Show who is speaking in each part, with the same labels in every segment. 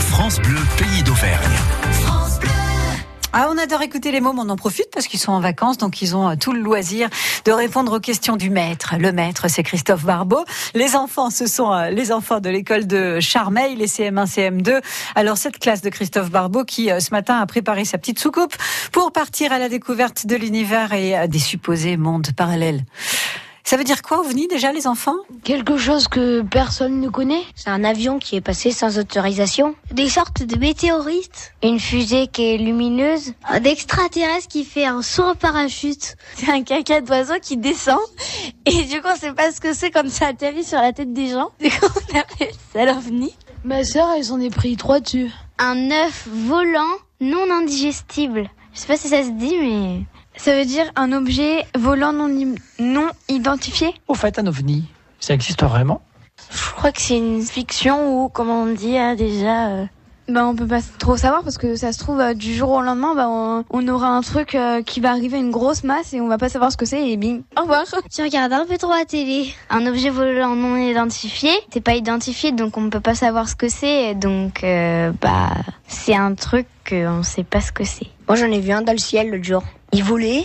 Speaker 1: France Bleu, pays d'Auvergne.
Speaker 2: Ah, on adore écouter les mômes, on en profite parce qu'ils sont en vacances, donc ils ont euh, tout le loisir de répondre aux questions du maître. Le maître, c'est Christophe Barbeau. Les enfants, ce sont euh, les enfants de l'école de Charmeil, les CM1, CM2. Alors cette classe de Christophe Barbeau qui, euh, ce matin, a préparé sa petite soucoupe pour partir à la découverte de l'univers et euh, des supposés mondes parallèles. Ça veut dire quoi, OVNI, déjà, les enfants
Speaker 3: Quelque chose que personne ne connaît
Speaker 4: C'est un avion qui est passé sans autorisation.
Speaker 3: Des sortes de météorites
Speaker 4: Une fusée qui est lumineuse.
Speaker 3: D'extraterrestres qui fait un saut en parachute C'est un caca d'oiseau qui descend Et du coup on sait pas ce que c'est quand ça atterrit sur la tête des gens Du coup on appelle ça l'ovni
Speaker 5: Ma sœur, elle s'en est pris trois dessus.
Speaker 3: Un œuf volant non indigestible Je sais pas si ça se dit mais... Ça veut dire un objet volant non, im- non identifié
Speaker 6: Au fait, un ovni, ça existe vraiment
Speaker 3: Je crois que c'est une fiction ou comment on dit hein, déjà. euh.
Speaker 5: Bah, on peut pas trop savoir parce que ça se trouve euh, du jour au lendemain, bah, on, on aura un truc euh, qui va arriver, une grosse masse et on va pas savoir ce que c'est et bing. Au revoir.
Speaker 3: Tu regardes un peu trop la télé. Un objet volant non identifié, c'est pas identifié donc on peut pas savoir ce que c'est. Donc euh, bah c'est un truc qu'on sait pas ce que c'est.
Speaker 4: Moi j'en ai vu un dans le ciel l'autre jour. Il volait,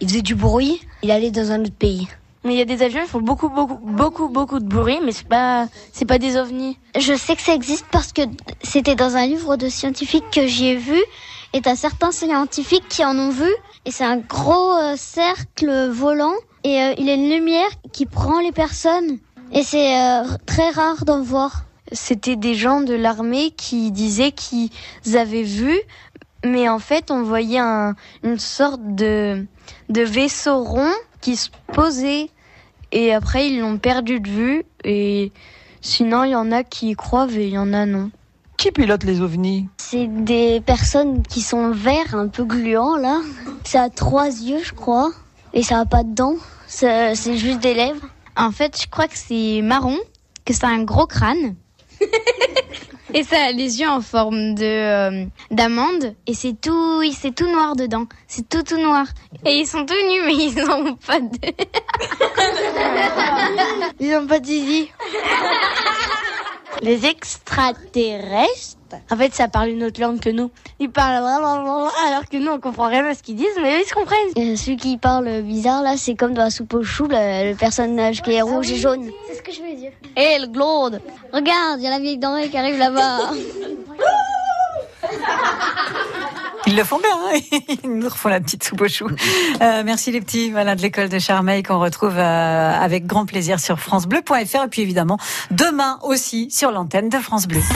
Speaker 4: il faisait du bruit, il allait dans un autre pays.
Speaker 3: Mais il y a des avions qui font beaucoup beaucoup beaucoup beaucoup de bruit, mais c'est pas c'est pas des ovnis.
Speaker 7: Je sais que ça existe parce que c'était dans un livre de scientifiques que j'y ai vu. Et t'as certains scientifiques qui en ont vu. Et c'est un gros euh, cercle volant. Et euh, il y a une lumière qui prend les personnes. Et c'est euh, très rare d'en voir.
Speaker 3: C'était des gens de l'armée qui disaient qu'ils avaient vu, mais en fait on voyait un- une sorte de, de vaisseau rond qui se posait. Et après ils l'ont perdu de vue. Et sinon il y en a qui y croient et il y en a non.
Speaker 6: Qui pilote les ovnis
Speaker 7: C'est des personnes qui sont verts, un peu gluants là. Ça a trois yeux, je crois. Et ça a pas de dents. Ça- C'est juste des lèvres.
Speaker 3: En fait je crois que c'est marron, que ça a un gros crâne. et ça a les yeux en forme de euh, d'amande. Et c'est tout, c'est tout noir dedans. C'est tout tout noir. Et ils sont tout nus mais ils n'ont pas de...
Speaker 5: Ils ont pas dit
Speaker 3: Les extraterrestres En fait, ça parle une autre langue que nous. Ils parlent blablabla, alors que nous, on comprend rien à ce qu'ils disent, mais eux, ils se comprennent.
Speaker 7: Euh, celui qui parle bizarre là, c'est comme dans la soupe aux choux, le, le personnage
Speaker 3: Ah,
Speaker 7: qui est rouge et jaune. C'est ce que je veux dire. Hé, le glonde Regarde, il y a la vieille denrée qui arrive là-bas.
Speaker 2: Ils le font bien, hein ils nous refont la petite soupe au chou. Euh, merci les petits, voilà, de l'école de Charmeil qu'on retrouve euh, avec grand plaisir sur francebleu.fr et puis évidemment demain aussi sur l'antenne de France Bleu.